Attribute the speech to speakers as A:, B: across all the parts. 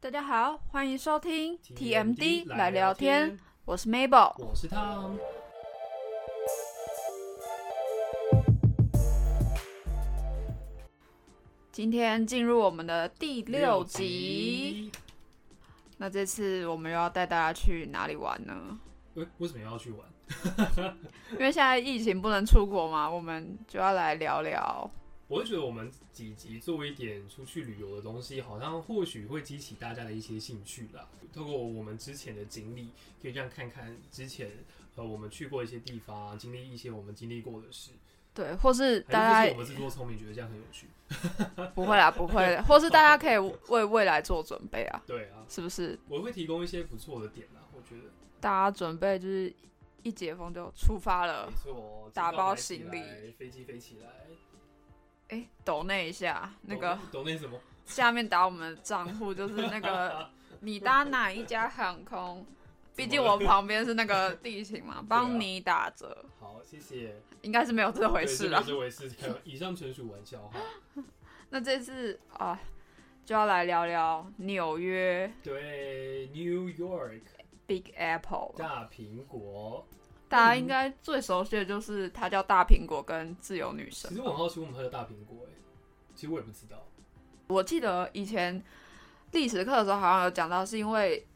A: 大家好，欢迎收听
B: TMD
A: TMD 来聊天，，我是 Mabel。
B: 我是 Tom。
A: 今天进入我们的第六集，，那这次我们又要带大家去哪里玩呢？
B: 为为什么要去玩？
A: 因为现在疫情不能出国嘛，我们就要来聊聊。
B: 我会觉得我们几集做一点出去旅游的东西，好像或许会激起大家的一些兴趣啦。透过我们之前的经历，可以这样看看之前呃我们去过一些地方啊，经历一些我们经历过的事。
A: 对，或是大
B: 还
A: 家
B: 是就是我们自作聪明，觉得这样很有趣。
A: 不会啦，不会， 或是大家可以为未来做准备啊，
B: 对啊，
A: 是不是？
B: 我会提供一些不错的点啦，我觉得。
A: 大家准备就是一解封就出发了
B: 没。错，
A: 呃
B: 哦
A: 打
B: 机票
A: 包
B: 买起
A: 行
B: 来
A: 李，
B: 飞机飞起来，
A: 哎，抖那一下，那个
B: 懂懂那什么？
A: 下面打我们的账户就是那个你搭哪一家航空？毕竟我旁边是那个地形嘛，帮你打折，
B: 好，谢谢。
A: 应该是没有这回事
B: 了，
A: 啦。
B: 这回事。以上纯属玩 笑哈。
A: 那这次啊，就要来聊聊纽约
B: 对，New York
A: Big Apple 了。
B: 大苹果。
A: 大家应该最熟悉的就是它叫大苹果跟自由女神
B: 其。实我很好奇，我们喝的大苹果、欸，其实我也不知道。
A: 我记得以前历史课的时候好像有讲到，是因为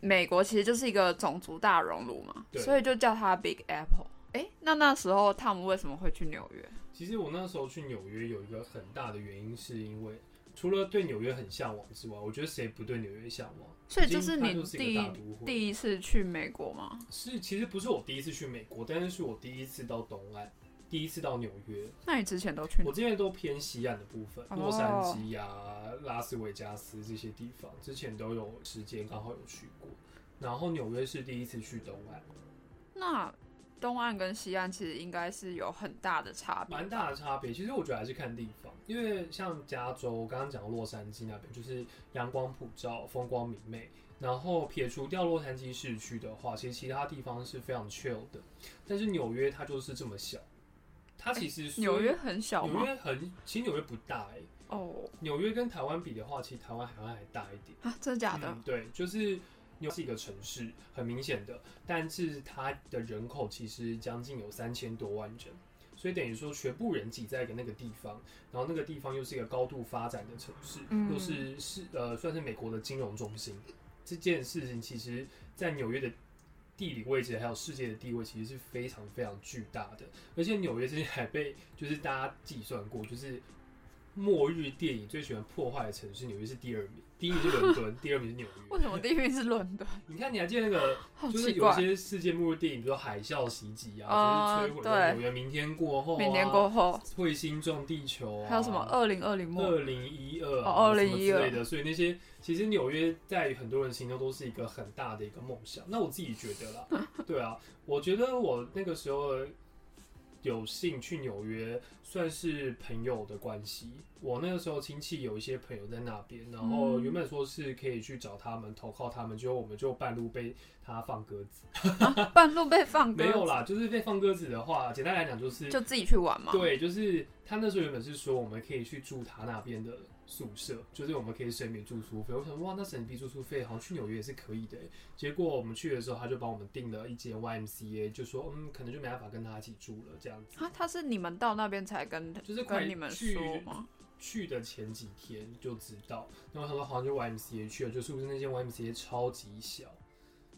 A: 美国其实就是一个种族大熔炉嘛，
B: 对
A: 所以就叫它 Big Apple。哎、那那时候汤姆为什么会去纽约？
B: 其实我那时候去纽约有一个很大的原因，是因为除了对纽约很向往之外，我觉得谁不对纽约向往？
A: 所以这是
B: 毕
A: 你
B: 竟它就是
A: 第
B: 一个大
A: 一
B: 都会。
A: 第一次去美国吗？
B: 是，其实不是我第一次去美国，但是是我第一次到东岸，第一次到纽约。
A: 那你之前都去哪
B: 我？之前都偏西岸的部分，
A: 嗯哦
B: 洛杉矶啊、拉斯维加斯这些地方，之前都有时间刚好有去过。然后纽约是第一次去东岸，
A: 那东岸跟西岸其实应该是有很大的差别。
B: 蛮大的差别。其实我觉得还是看地方，因为像加州，刚刚讲的洛杉矶那边就是阳光普照、风光明媚。然后撇除掉洛杉矶市区的话，其实其他地方是非常 chill 的。但是纽约它就是这么小，它其实虽
A: 纽约很小
B: 纽
A: 吗？
B: 约很，其实纽约不大哎、
A: 哦
B: 纽约跟台湾比的话，其实台湾海岸还大一点。
A: 啊，真的假的？
B: 嗯，对，就是纽是一个城市，很明显的，但是它的人口其实将近有三千多万人，所以等于说全部人挤在一个那个地方，然后那个地方又是一个高度发展的城市，
A: 嗯
B: 又是是呃算是美国的金融中心。这件事情其实，在纽约的地理位置还有世界的地位，其实是非常非常巨大的。而且纽约之前还被就是大家计算过，就是末日电影最喜欢破坏的城市，纽约是第二名，第一名是伦敦，第二名是纽
A: 为
B: 约。
A: 什么第一名是伦敦？
B: 你看，你还记得那个，
A: 好
B: 就是
A: 奇
B: 有一
A: 怪。
B: 些世界末日电影，比如说海啸袭击啊，
A: 啊
B: 就是摧毁
A: 对
B: 了纽约。明天过后、啊，
A: 明年过后，
B: 彗星撞地球、啊，
A: 还有什么二零二零末
B: 二零一二
A: 哦
B: 什么之
A: 2012
B: 类的，所以那些其实纽约在很多人心中都是一个很大的一个梦想。那我自己觉得啦， 对啊，我觉得我那个时候有幸去纽约，算是朋友的关系。我那个时候亲戚有一些朋友在那边，然后
A: 嗯
B: 原本说是可以去找他们投靠他们，结果我们就半路被他放鸽子。
A: 半路被放鸽
B: 没有
A: 子
B: 啦，就是被放鸽子的话，简单来讲就是
A: 就自己去玩嘛。
B: 对，就是他那时候原本是说我们可以去住他那边的宿舍，就是我们可以省免住宿费。我想哇，那省免住宿费好像去纽约也是可以的欸。结果我们去的时候，他就帮我们订了一间 YMCA，就说嗯，可能就没办法跟他一起住了这样子。
A: 啊，他是你们到那边才跟
B: 就是快
A: 跟你们
B: 去
A: 说吗？
B: 去的前几天就知道，然后他说好像就 YMCA 去了，就是不是那间 YMCA 超级小，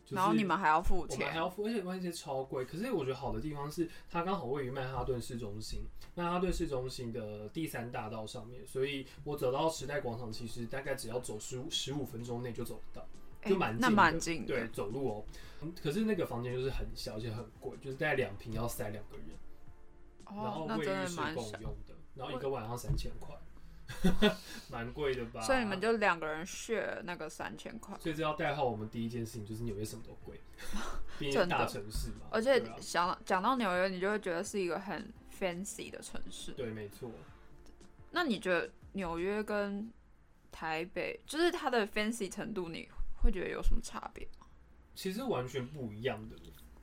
B: 就是、
A: 然后你们还要付
B: 我们还
A: 钱，
B: 要付，而且关键超贵。可是我觉得好的地方是，它刚好位于曼哈顿市中心，曼哈顿市中心的第三大道上面，所以我走到时代广场，其实大概只要走十五十五分钟内就走得到，
A: 哎
B: 就蛮近的
A: 那蛮近
B: 对，
A: 的。
B: 走路哦、嗯可是那个房间就是很小，而且很贵，就是大概两平要塞两个人，然后
A: 哦，那
B: 卫
A: 真
B: 浴
A: 的
B: 是
A: 蛮
B: 共
A: 小，
B: 用的，然后一个晚上三千 块，蛮贵的吧？啊
A: 所以你们就两个人 share 那个三千块，
B: 所以这要带好我们第一件事情就是纽约什么都贵，毕竟是
A: 真的
B: 大城市嘛，
A: 而且
B: 对啊
A: 想讲到纽约，你就会觉得是一个很 fancy 的城市。
B: 对，没错。
A: 那你觉得纽约跟台北，就是它的 fancy 程度，你会觉得有什么差别？
B: 其实完全不一样的。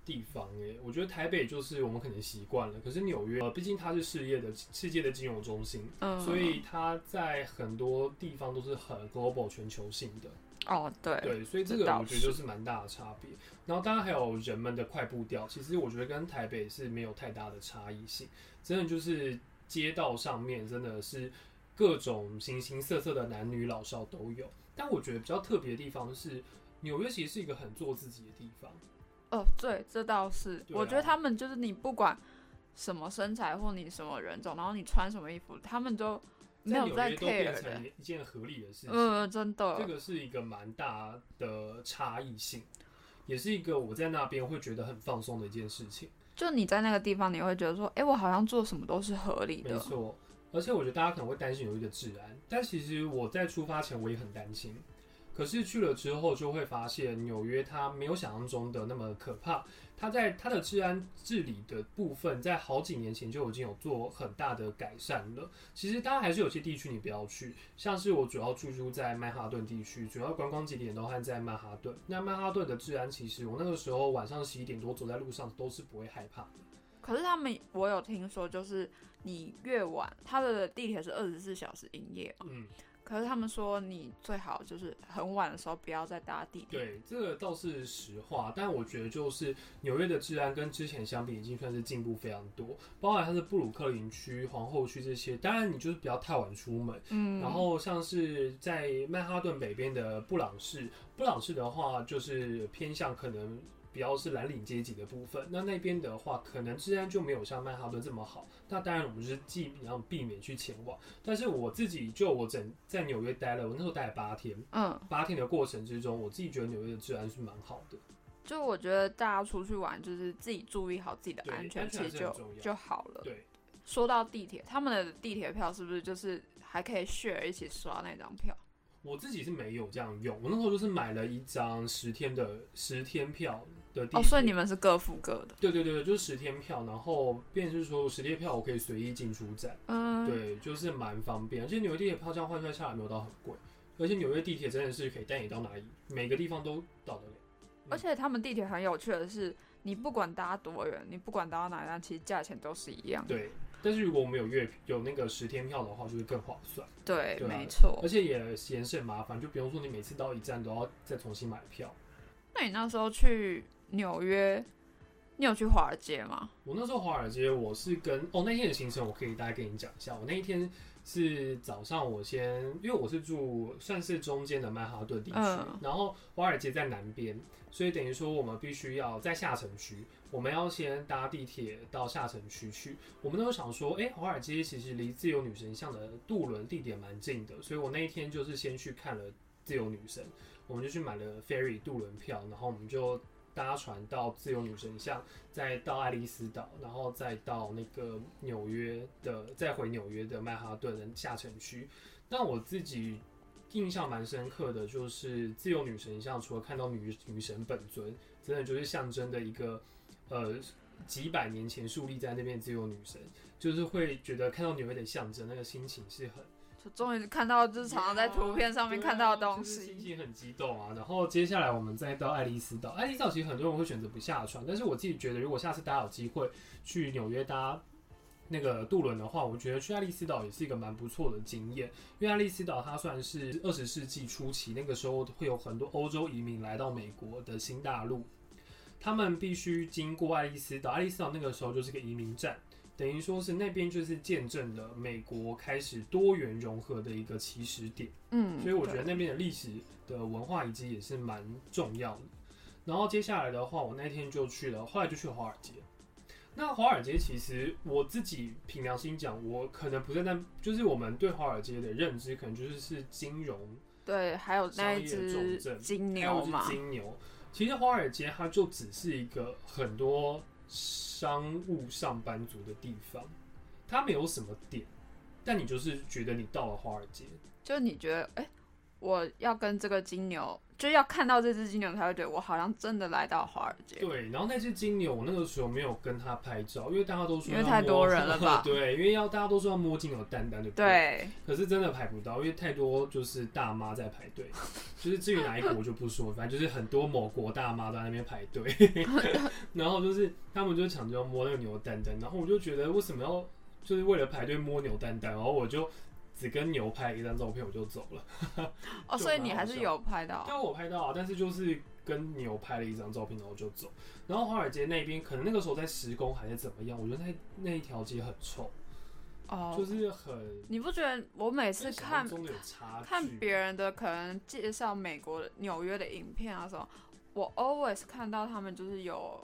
B: 地方诶、我觉得台北就是我们可能习惯了，可是纽约，呃，毕竟它是世界的世界的金融中心，
A: 嗯，
B: 所以它在很多地方都是很 global 全球性的。
A: 哦，对，
B: 对，所以这
A: 这
B: 个
A: 倒
B: 我觉得就是蛮大的差别。然后当然还有人们的快步调，其实我觉得跟台北是没有太大的差异性，真的就是街道上面真的是各种形形色色的男女老少都有。但我觉得比较特别的地方是，纽约其实是一个很做自己的地方。
A: 哦，对，这倒是，
B: 对啊
A: 我觉得他们就是你不管什么身材或你什么人种，然后你穿什么衣服，他们都没
B: 在
A: 有
B: 纽
A: 在
B: 约都变
A: care 的
B: 成。一件合理的事情。
A: 嗯，真
B: 这
A: 的，
B: 个是一个蛮大的差异性，也是一个我在那边会觉得很放松的一件事情。
A: 就你在那个地方，你会觉得说，哎，我好像做什么都是合理
B: 没
A: 的。
B: 错，而且我觉得大家可能会担心有一个治安，但其实我在出发前我也很担心。可是去了之后就会发现，纽约它没有想象中的那么可怕。它在它的治安治理的部分，在好几年前就已经有做很大的改善了。其实当然还是有些地区你不要去，像是我主要住住在曼哈顿地区，主要观光景点都还在曼哈顿。那曼哈顿的治安，其实我那个时候晚上十一点多走在路上都是不会害怕的。
A: 可是他们，我有听说，就是你越晚，他的地铁是二十四小时营业嘛，
B: 嗯。
A: 可是他们说你最好就是很晚的时候不要再搭地铁。
B: 对，这个倒是实话，但我觉得就是纽约的治安跟之前相比，已经算是进步非常多，包含它的布鲁克林区、皇后区这些。当然，你就是不要太晚出门。
A: 嗯，
B: 然后像是在曼哈顿北边的布朗市，布朗市的话就是偏向可能比较是蓝领阶级的部分，那那边的话可能治安就没有像曼哈顿这么好。那当然我们就是尽量避免去前往，但是我自己就我整在纽约待了，我那时候待了八天，
A: 嗯，
B: 八天的过程之中，我自己觉得纽约的治安是蛮好的。
A: 就我觉得大家出去玩，就是自己注意好自己的
B: 对
A: 安全，
B: 安全
A: 其
B: 还
A: 实
B: 是
A: 就
B: 很重要
A: 就好了。
B: 对，
A: 说到地铁，他们的地铁票是不是就是还可以 share 一起刷那张票？
B: 我自己是没有这样用，我那时候就是买了一张十天的十天票的地
A: 哦，所以
B: 铁
A: 你们是各付各的。
B: 对对对对，就是十天票，然后便是说十天票我可以随意进出站，
A: 嗯，
B: 对，就是蛮方便。而且纽约地铁票这样换算下来没有到很贵，而且纽约地铁真的是可以带你到哪里，每个地方都到得了。
A: 而且他们地铁很有趣的是，你不管搭多远，你不管搭到哪一站，其实价钱都是一样的。
B: 对，但是如果我们有月有那个十天票的话，就是更划算，
A: 对，
B: 对啊
A: 没错
B: 而。且也嫌省麻烦，就不用说你每次到一站都要再重新买票。
A: 那你那时候去纽约，你有去华尔街吗？
B: 我那时候华尔街，我是跟哦那天的行程，我可以大概跟你讲一下。我那一天是早上，我先因为我是住算是中间的曼哈顿地区，
A: 嗯
B: 然后华尔街在南边，所以等于说我们必须要在下城区，我们要先搭地铁到下城区去。我们那时候想说，哎、华尔街其实离自由女神像的渡轮地点蛮近的，所以我那一天就是先去看了自由女神，我们就去买了 ferry 渡轮票，然后我们就搭船到自由女神像。再到爱丽丝岛，然后再到那个纽约的，再回纽约的曼哈顿的下城区。那我自己印象蛮深刻的，就是自由女神像，除了看到女女神本尊，真的就是象征的一个呃几百年前树立在那边的自由女神，就是会觉得看到纽约的象征，那个心情是很。
A: 就终于看到，就是常常在图片上面看到的东
B: 对啊啊就是心
A: 西。
B: 情很激动啊。然后接下来我们再到爱丽丝岛，爱丽丝岛其实很多人会选择不下船，但是我自己觉得，如果下次大家有机会去纽约搭那个渡轮的话，我觉得去爱丽丝岛也是一个蛮不错的经验，因为爱丽丝岛它算是二十世纪初期那个时候会有很多欧洲移民来到美国的新大陆，他们必须经过爱丽丝岛，爱丽丝岛那个时候就是个移民站。等于说是那边就是见证了美国开始多元融合的一个起始点。
A: 嗯，
B: 所以我觉得
A: 对
B: 那边的历史的文化遗迹也是蛮重要的。然后接下来的话，我那天就去了，后来就去华尔街。那华尔街其实我自己凭良心讲，我可能不是那，就是我们对华尔街的认知，可能就是是金融，
A: 对，还有那一
B: 商业
A: 只
B: 重镇
A: 金
B: 还有
A: 牛嘛
B: 是，金牛。其实华尔街它就只是一个很多商务上班族的地方，它没有什么点，但你就是觉得你到了华尔街，
A: 就你觉得，哎、我要跟这个金牛，就要看到这只金牛才会觉得我好像真的来到华尔街。
B: 对，然后那只金牛，我那个时候没有跟它拍照，因为大家都说
A: 因为
B: 要
A: 太
B: 摸
A: 多人了吧
B: 对，因为要大家都说要摸金牛蛋蛋，对不对？
A: 对，
B: 可是真的排不到，因为太多就是大妈在排队，就是至于哪一国我就不说，反正就是很多某国大妈都在那边排队，然后就是他们就抢着要摸那个牛蛋蛋，然后我就觉得为什么要就是为了排队摸牛蛋蛋，然后我就只跟牛拍一张照片我就走了，
A: 哦，
B: 就
A: 所以
B: 蛮
A: 你
B: 好
A: 还是
B: 笑
A: 有拍到，
B: 但我拍到啊，但是就是跟牛拍了一张照片然后就走，然后华尔街那边可能那个时候在施工还是怎么样，我觉得那那一条街很臭，就
A: 哦，
B: 是很。
A: 你不觉得我每次
B: 跟想
A: 看
B: 象中的有差距，
A: 看别人的可能介绍美国的纽约的影片啊什么，我 always 看到他们就是有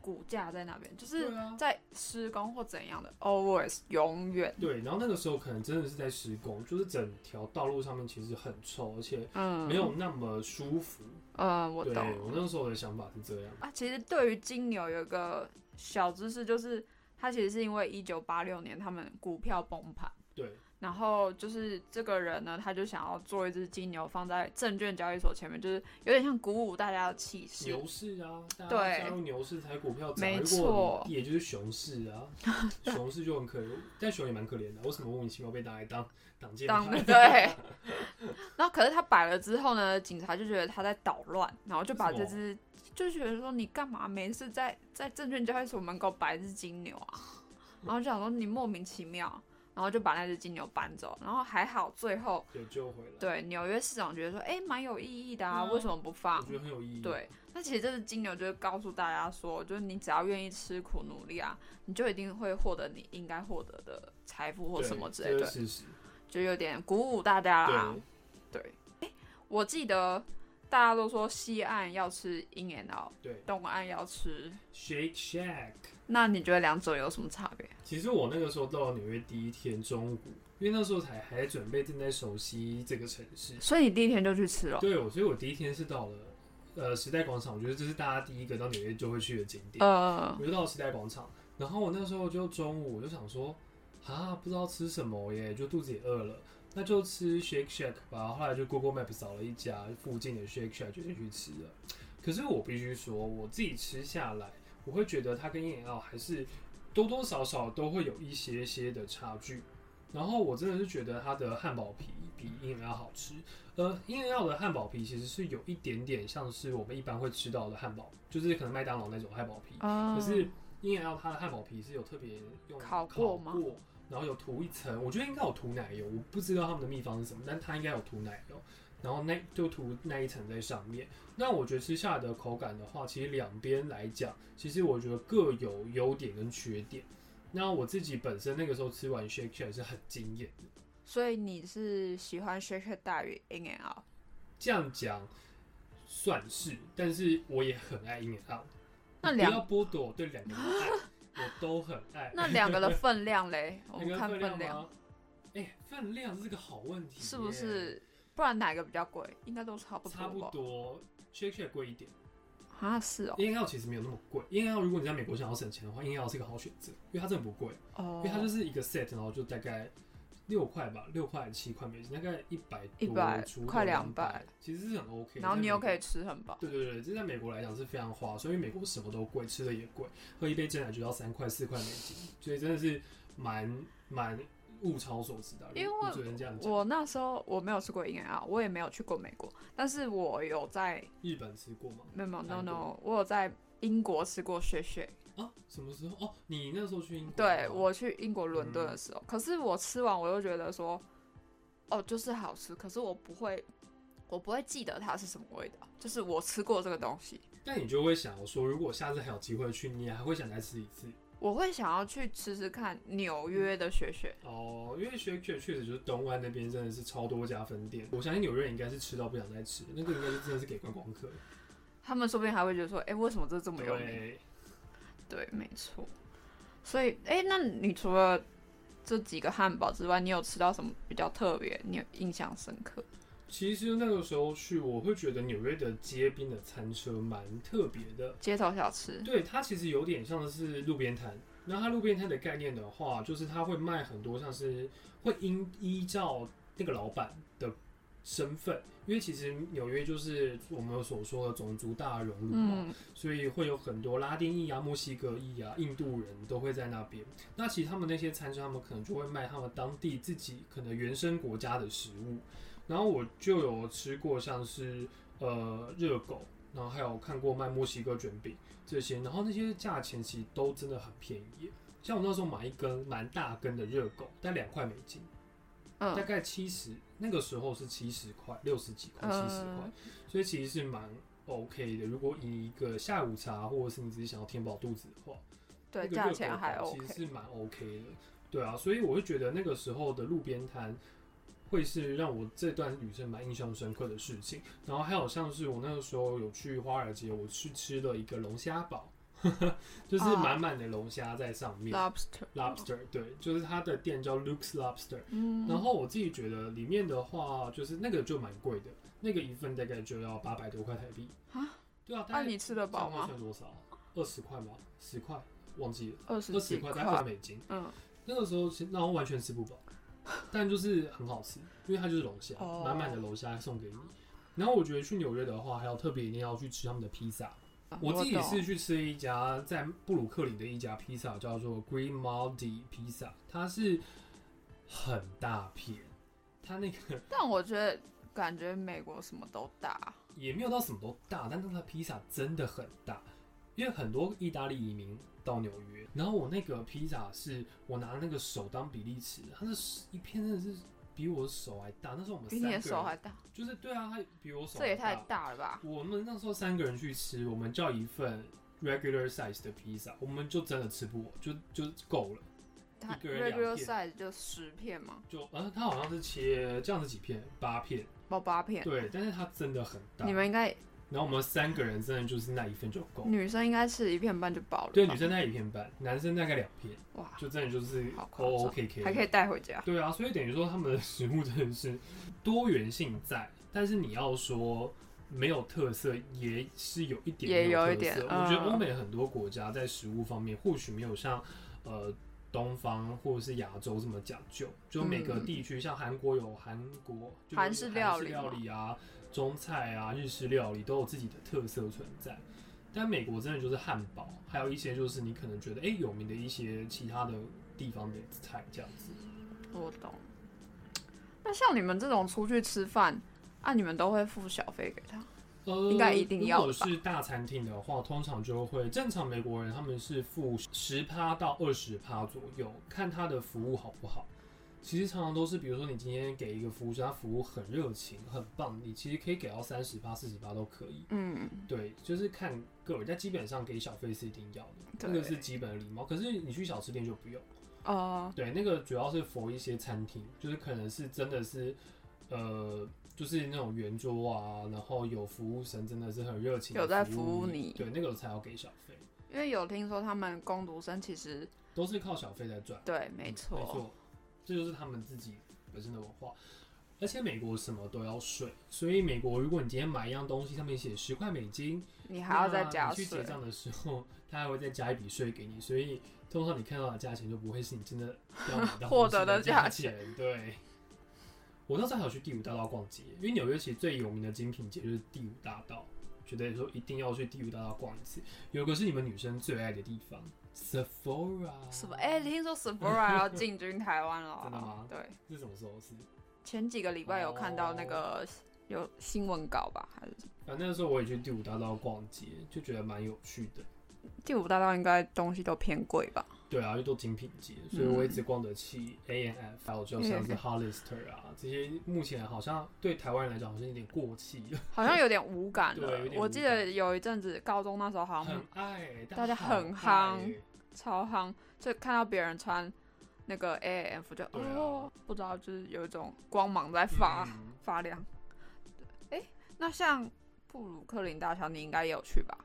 A: 骨架在那边，就是
B: 对啊
A: 在施工或怎样的，always 永远，
B: 对，然后那个时候可能真的是在施工，就是整条道路上面其实很臭，而且
A: 嗯，
B: 没有，那么舒服。
A: 嗯，我
B: 对
A: 懂
B: 我那时候的想法是这样。
A: 啊。其实对于金牛有一个小知识，就是它其实是因为一九八六年他们股票崩盘。
B: 对，
A: 然后就是这个人呢，他就想要做一只金牛放在证券交易所前面，就是有点像鼓舞大家的气势。
B: 牛市啊，大家
A: 对
B: 加入牛市才股票涨，
A: 没
B: 如果
A: 错
B: 你也就是熊市 啊，熊市就很可怜，但熊也蛮可怜的。为什么莫名其妙被拿来当挡箭
A: 当
B: 牌？
A: 的对。然后可是他摆了之后呢，警察就觉得他在捣乱，然后就把
B: 为
A: 这
B: 什么
A: 只就觉得说你干嘛没事在在证券交易所门口摆一只金牛啊？ 然后就想说你莫名其妙，然后就把那只金牛搬走。然后还好最后
B: 有救回来，
A: 对纽约市长觉得说，哎，蛮有意义的啊，
B: 嗯
A: 为什么不
B: 我
A: 放？
B: 觉得很有意义。，
A: 对，那其实这只金牛就是告诉大家说，就是你只要愿意吃苦努力啊，你就一定会获得你应该获得的财富或什么之类
B: 这
A: 的
B: 是，事实。
A: 就有点鼓舞大家啦。
B: 对，
A: 对，哎、我记得大家都说西岸要吃 In and Out，
B: 对
A: 东岸要吃，
B: Shake Shack。
A: 那你觉得两者有什么差别？
B: 其实我那个时候到纽约第一天中午，因为那时候才还在准备，正在熟悉这个城市。
A: 所以你第一天就去吃了，
B: 对，我所以我第一天是到了呃时代广场，我觉得这是大家第一个到纽约就会去的景点。
A: 呃，
B: 我就到了时代广场，然后我那时候就中午我就想说，啊，不知道吃什么耶，就肚子也饿了，那就吃 Shake Shack 吧。后来就 Google Map 找了一家附近的 Shake Shack，决定去吃了。可是我必须说，我自己吃下来，我会觉得它跟饮料还是多多少少都会有一些些的差距。然后我真的是觉得它的汉堡皮比饮料好吃，呃，饮料的汉堡皮其实是有一点点像是我们一般会吃到的汉堡，就是可能麦当劳那种汉堡皮，
A: 呃
B: 可是因为它的汉堡皮是有特别用
A: 烤过
B: 过
A: 吗
B: 然后有涂一层，我觉得应该有涂奶油，我不知道他们的秘方是什么，但它应该有涂奶油，然后那就涂那一层在上面。那我觉得吃下来的口感的话，其实两边来讲，其实我觉得各有优点跟缺点。那我自己本身那个时候吃完 shake shake 是很惊艳的，
A: 所以你是喜欢 Shake Shack 大于 In and Out，
B: 这样讲算是，但是我也很爱 in and out，
A: 那
B: 你不
A: 两
B: 要剥夺我对两个人的爱，我都很爱。
A: 那两个的分量嘞？我
B: 那
A: 们
B: 个
A: 看
B: 量
A: 分量
B: 吗？哎、分量是个好问题，
A: 是不？是？不然哪个比较贵？应该都差不
B: 差
A: 多
B: 不
A: 吧？
B: 多，Shake Shack 贵一点，
A: 啊，是哦，
B: 因为 out 其实没有那么贵。因为 out 如果你在美国想要省钱的话，因为 out 是个好选择，因为它真的不贵，因为它就
A: 哦，
B: 是一个 set，然后就大概六块吧，六块七块美金，大概一百
A: 100
B: 出
A: 快
B: 两
A: 200，
B: 其实是很 OK。
A: 然后你又可
B: 以。
A: 以吃很饱，
B: 对对对，这在美国来讲是非常划算，因为美国什么都贵，吃的也贵，喝一杯真奶就要三块四块美金，所以真的是蛮蛮物超所值的。啊
A: 因为
B: 我只能这样讲，
A: 我那时候我没有吃过 In and Out，我也没有去过美国，但是我有在
B: 日本吃过吗？
A: 没有没有 no
B: 韩国
A: no，我有在英国吃过雪雪，
B: 啊，什么时候？哦，你那时候去英国？
A: 对。我去英国伦
B: 嗯
A: 敦的时候，可是我吃完我又觉得说，哦，就是好吃，可是我不会，我不会记得它是什么味道，就是我吃过这个东西，
B: 但你就会想要说，如果下次还有机会去，你还会想再吃一次
A: 我会想要去吃吃看纽约的雪雪。
B: 哦。因为雪雪确实就是东湾那边真的是超多家分店，我相信纽约人应该是吃到不想再吃，那个应该是真的是给观光客。
A: 他们说不定还会觉得说，哎、为什么这这么有名？
B: 对，
A: 对，没错。所以，哎、那你除了这几个汉堡之外，你有吃到什么比较特别，你有印象深刻？
B: 其实那个时候去，我会觉得纽约的街边的餐车蛮特别的，
A: 街头小吃？
B: 对，它其实有点像是路边摊。那它路边摊的概念的话，就是它会卖很多像是会依依照那个老板的身份，因为其实纽约就是我们所说的种族大熔炉嘛，
A: 嗯，
B: 所以会有很多拉丁裔啊、墨西哥裔啊、印度人都会在那边。那其实他们那些餐车，他们可能就会卖他们当地自己可能原生国家的食物。然后我就有吃过像是呃热狗，然后还有看过卖墨西哥卷饼这些，然后那些价钱其实都真的很便宜耶。像我那时候买一根蛮大根的热狗，但两块美金，大
A: 嗯，
B: 概七十，那个时候是七十块，六十几块，七十块
A: 嗯，，
B: 所以其实是蛮 OK 的。如果以一个下午茶，或者是你只是想要填饱肚子的话，
A: 对，
B: 那个
A: 价
B: 热
A: 钱
B: 狗
A: 还
B: 堡
A: OK
B: 其。实是蛮 OK 的。对啊，所以我会觉得那个时候的路边摊会是让我这段旅程蛮印象深刻的事情。然后还有像是我那个时候有去花儿节，我去吃了一个龙虾堡， 就是
A: 啊
B: 满满的龙虾在上面。
A: Lobster，
B: Lobster，对，就是它的店叫 Luke's Lobster，
A: 嗯，
B: 然后我自己觉得里面的话，就是那个就蛮贵的，那个一份大概就要八百多块台币
A: 啊。
B: 对啊，
A: 那、
B: 大概
A: 你吃得饱
B: 这样
A: 吗？
B: 算多少啊？二十块吗？十块？忘记了，
A: 二十
B: 二
A: 几
B: 十块才二十
A: 块，
B: 美金。
A: 嗯，
B: 那个时候其实，然后完全吃不饱，但就是很好吃，因为它就是龙虾，
A: 哦
B: 满满的龙虾送给你。然后我觉得去纽约的话，还要特别一定要去吃他们的披萨。
A: 啊
B: 我自己
A: 懂
B: 是去吃一家在布鲁克林的一家披萨，叫做 Green Maldi Pizza，它是很大片，它那个
A: 但我觉得感觉美国什么都大，
B: 也没有到什么都大，但是它披萨真的很大，因为很多意大利移民到纽约，然后我那个披萨是我拿那个手当比例尺，它是一片真的是比我手还大，那时候我们
A: 比
B: 三
A: 你的
B: 个人
A: 手还大，
B: 就是对啊，它比我手
A: 这也太
B: 还
A: 大了吧？
B: 我们那时候三个人去吃，我们叫一份 regular size 的披萨，我们就真的吃不完，就就够了。
A: 它
B: 一个人
A: regular
B: 两片
A: size 就十片嘛，
B: 就啊，它好像是切这样子几片，八片，
A: 包八片。
B: 对，但是它真的很大
A: 你。们应该
B: 然后我们三个人真的就是那一份就够，
A: 女生应该吃一片半就饱了吧，
B: 对，女生那一片半，男生大概两片，
A: 哇，
B: 就真的就是哦
A: 好夸
B: O
A: 张
B: O K K，
A: 还可以带回家。
B: 对啊，所以等于说他们的食物真的是多元性在，但是你要说没有特色，也是有一点
A: 也
B: 没有
A: 有一
B: 特
A: 点
B: 色我觉得
A: 嗯
B: 欧美很多国家在食物方面，或许没有像呃东方或者是亚洲这么讲究，就每个
A: 嗯
B: 地区，像韩国有韩国就是
A: 韩式料理
B: 料
A: 嘛
B: 理啊、中菜啊、日式料理都有自己的特色存在。但美国真的就是汉堡，还有一些就是你可能觉得哎、诶有名的一些其他的地方的菜这样子。
A: 我懂。那像你们这种出去吃饭，啊，你们都会付小费给他？
B: 呃，
A: 应该一定要
B: 如果是大餐厅的话，通常就会正常美国人他们是付十趴到二十趴左右，看他的服务好不好。其实常常都是，比如说你今天给一个服务生，他服务很热情、很棒，你其实可以给到三十趴、四十趴都可以。
A: 嗯，
B: 对，就是看个人，但基本上给小费是一定要的，
A: 对
B: 那个是基本的礼貌。可是你去小吃店就不用。
A: 哦、
B: 对，那个主要是佛一些餐厅，就是可能是真的是，呃，就是那种圆桌啊，然后有服务生真的是很热情，
A: 有在
B: 服
A: 服务
B: 你
A: 你，
B: 对，那个才要给小费，
A: 因为有听说他们工读生其实
B: 都是靠小费在赚，
A: 对，
B: 嗯
A: 没
B: 没
A: 错，
B: 错，这就是他们自己本身的文化。而且美国什么都要税，所以美国如果你今天买一样东西，上面写十块美金，
A: 你还要再
B: 那
A: 加
B: 你去
A: 税
B: 结。账的时候，他还会再加一笔税给你，所以通常你看到的价钱就不会是你真的要买 到
A: 获得的
B: 东西价
A: 价
B: 钱。对，我那时候还有去第五大道逛街，因为纽约其实最有名的精品街就是第五大道，觉得说一定要去第五大道逛一次。有个是你们女生最爱的地方，Sephora。
A: 什么？哎、听说 Sephora 要进军台湾了？
B: 真的吗
A: 对，
B: 是什么时候是？
A: 前几个礼拜有看到那个、
B: 哦
A: 有新闻稿吧，还是
B: 反正那时候我也去第五大道逛街，就觉得蛮有趣的。
A: 第五大道应该东西都偏贵吧？
B: 对啊，就都精品街，所以我一直
A: 嗯
B: 逛得起 A N F，还有就像是 Hollister 啊，这些目前好像对台湾人来讲好像有点过气了，
A: 好像有点无感
B: 对有
A: 了
B: 点。无
A: 我记得有一阵子高中那时候好像
B: 很爱，
A: 大家
B: 好爱嗯
A: 很夯，超夯，就看到别人穿那个 A M 就、
B: 对啊
A: 哦，不知道就是有一种光芒在发、
B: 嗯
A: 发亮。对，哎、那像布鲁克林大桥，你应该也有去吧？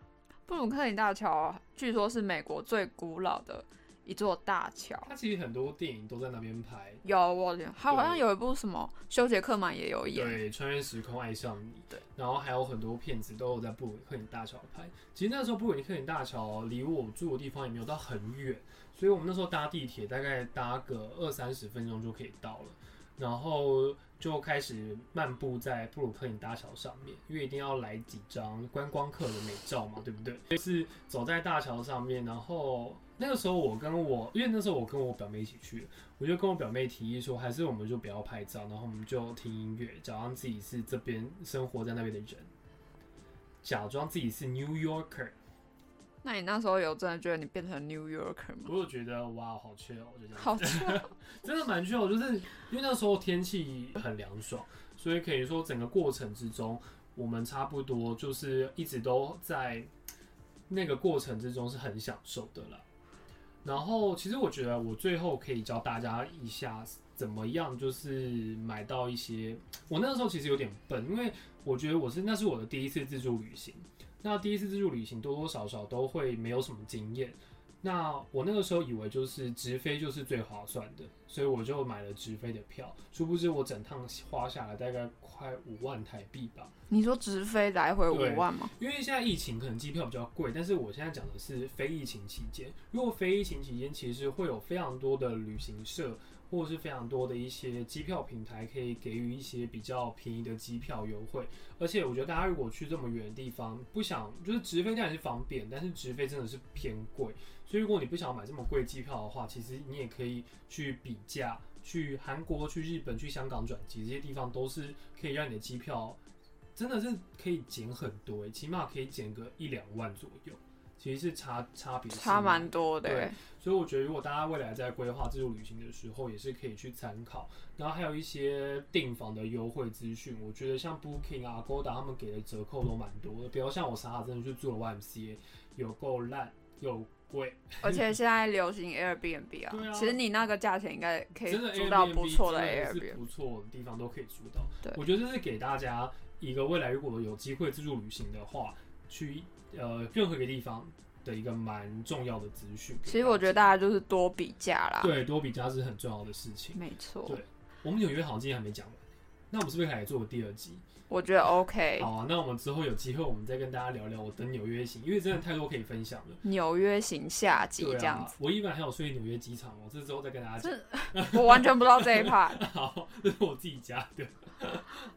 A: 布鲁克林大桥据说是美国最古老的一座大桥。
B: 它其实很多电影都在那边拍，
A: 有我有，好
B: 对
A: 像有一部什么修杰克曼也有演，
B: 对，穿越时空爱上你，
A: 对，
B: 然后还有很多片子都有在布鲁克林大桥拍。其实那时候布鲁克林大桥离我住的地方也没有到很远，所以我们那时候搭地铁大概搭个二三十分钟就可以到了。然后就开始漫步在布鲁克林大桥上面，因为一定要来几张观光客的美照嘛，对不对？就是走在大桥上面，然后那个时候我跟我，因为那时候我跟我表妹一起去，我就跟我表妹提议说，还是我们就不要拍照，然后我们就听音乐，假装自己是这边生活在那边的人，假装自己是 New Yorker。
A: 那你那时候有真的觉得你变成 New Yorker 吗？
B: 我就觉得哇，好缺哦，就这样。
A: 好 笑，
B: 真的蛮 c 我就是因为那时候天气很凉爽，所以可以说整个过程之中，我们差不多就是一直都在那个过程之中是很享受的啦。然后其实我觉得我最后可以教大家一下怎么样，就是买到一些。我那时候其实有点笨，因为我觉得我是那是我的第一次自助旅行。那第一次自助旅行多多少少都会没有什么经验，那我那个时候以为就是直飞就是最划算的，所以我就买了直飞的票。殊不知我整趟花下来大概快五万台币吧。
A: 你说直飞来回
B: 对
A: 五万吗？
B: 因为现在疫情可能机票比较贵，但是我现在讲的是非疫情期间。如果非疫情期间，其实会有非常多的旅行社或者是非常多的一些机票平台可以给予一些比较便宜的机票优惠。而且我觉得大家如果去这么远的地方，不想就是直飞当然是方便，但是直飞真的是偏贵。所以如果你不想买这么贵机票的话，其实你也可以去比价，去韩国、去日本、去香港转机这些地方都是可以让你的机票真的是可以减很多、欸，起码可以减个一两万左右，其实是差差别是
A: 差蛮多的、欸。
B: 所以我觉得，如果大家未来在规划自助旅行的时候，也是可以去参考。然后还有一些订房的优惠资讯，我觉得像 Booking 啊、Agoda 他们给的折扣都蛮多的。比如像我傻傻真的去做了 YMCA，有够烂又贵，
A: 而且现在流行 Airbnb 啊，
B: 对啊
A: 其实你那个价钱应该可以
B: 真的
A: 租到不错的
B: Airbnb 真的是
A: Airbnb。
B: 不错的地方都可以租到。
A: 对
B: 我觉得这是给大家一个未来如果有机会自助旅行的话，去呃任何一个地方的一个蛮重要的资讯。
A: 其实我觉得大家就是多比价啦，
B: 对多比价是很重要的事情。
A: 没错
B: 对，我们纽约好像今天还没讲完，那我们是不是可以来做第二集？
A: 我觉得 OK。
B: 好啊，那我们之后有机会我们再跟大家聊聊我的纽约行，因为真的太多可以分享了。
A: 纽约行下集
B: 对
A: 这样
B: 啊
A: 子，，
B: 我一晚还有睡纽约机场哦，这之后再跟大家讲。
A: 这我完全不知道这一 part。
B: 好，这是我自己家的。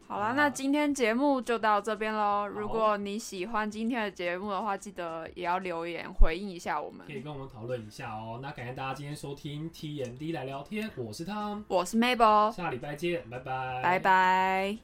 A: 好啦，那今天节目就到这边喽。如
B: 好
A: 果你喜欢今天的节目的话，记得也要留言回应一下我们
B: 可。以跟我们讨论一下哦。那感谢大家今天收听 TMD 来聊天，我是汤，
A: 我是 Mabel，
B: 下礼拜见，拜拜，
A: 拜拜。